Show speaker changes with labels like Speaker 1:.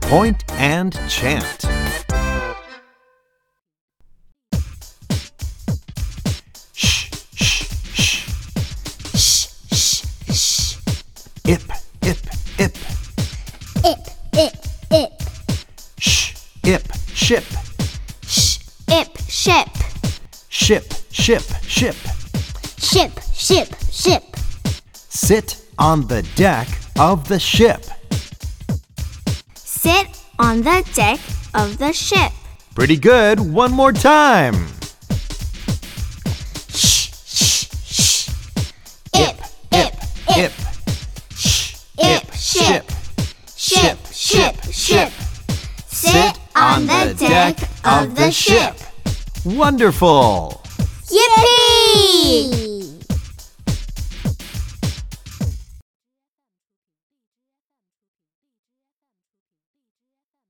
Speaker 1: Point and chant. Sh, sh, sh.
Speaker 2: Shh, shh, shh.
Speaker 1: Ip, ip, ip.
Speaker 2: Ip, ip, ip.
Speaker 1: Sh, ip, ship.
Speaker 2: Shh, ip, ship.
Speaker 1: Ship, ship, ship.
Speaker 2: Ship, ship, ship.
Speaker 1: Sit on the deck of the ship.
Speaker 2: Sit on the deck of the ship.
Speaker 1: Pretty good. One more time.
Speaker 2: Shh, shh, shh.
Speaker 1: Ip, ip, ip. Sh,
Speaker 2: Ip, ship.
Speaker 1: Ship, ship, ship.
Speaker 2: Sit on the deck of the ship.
Speaker 1: Wonderful!
Speaker 2: Yippee!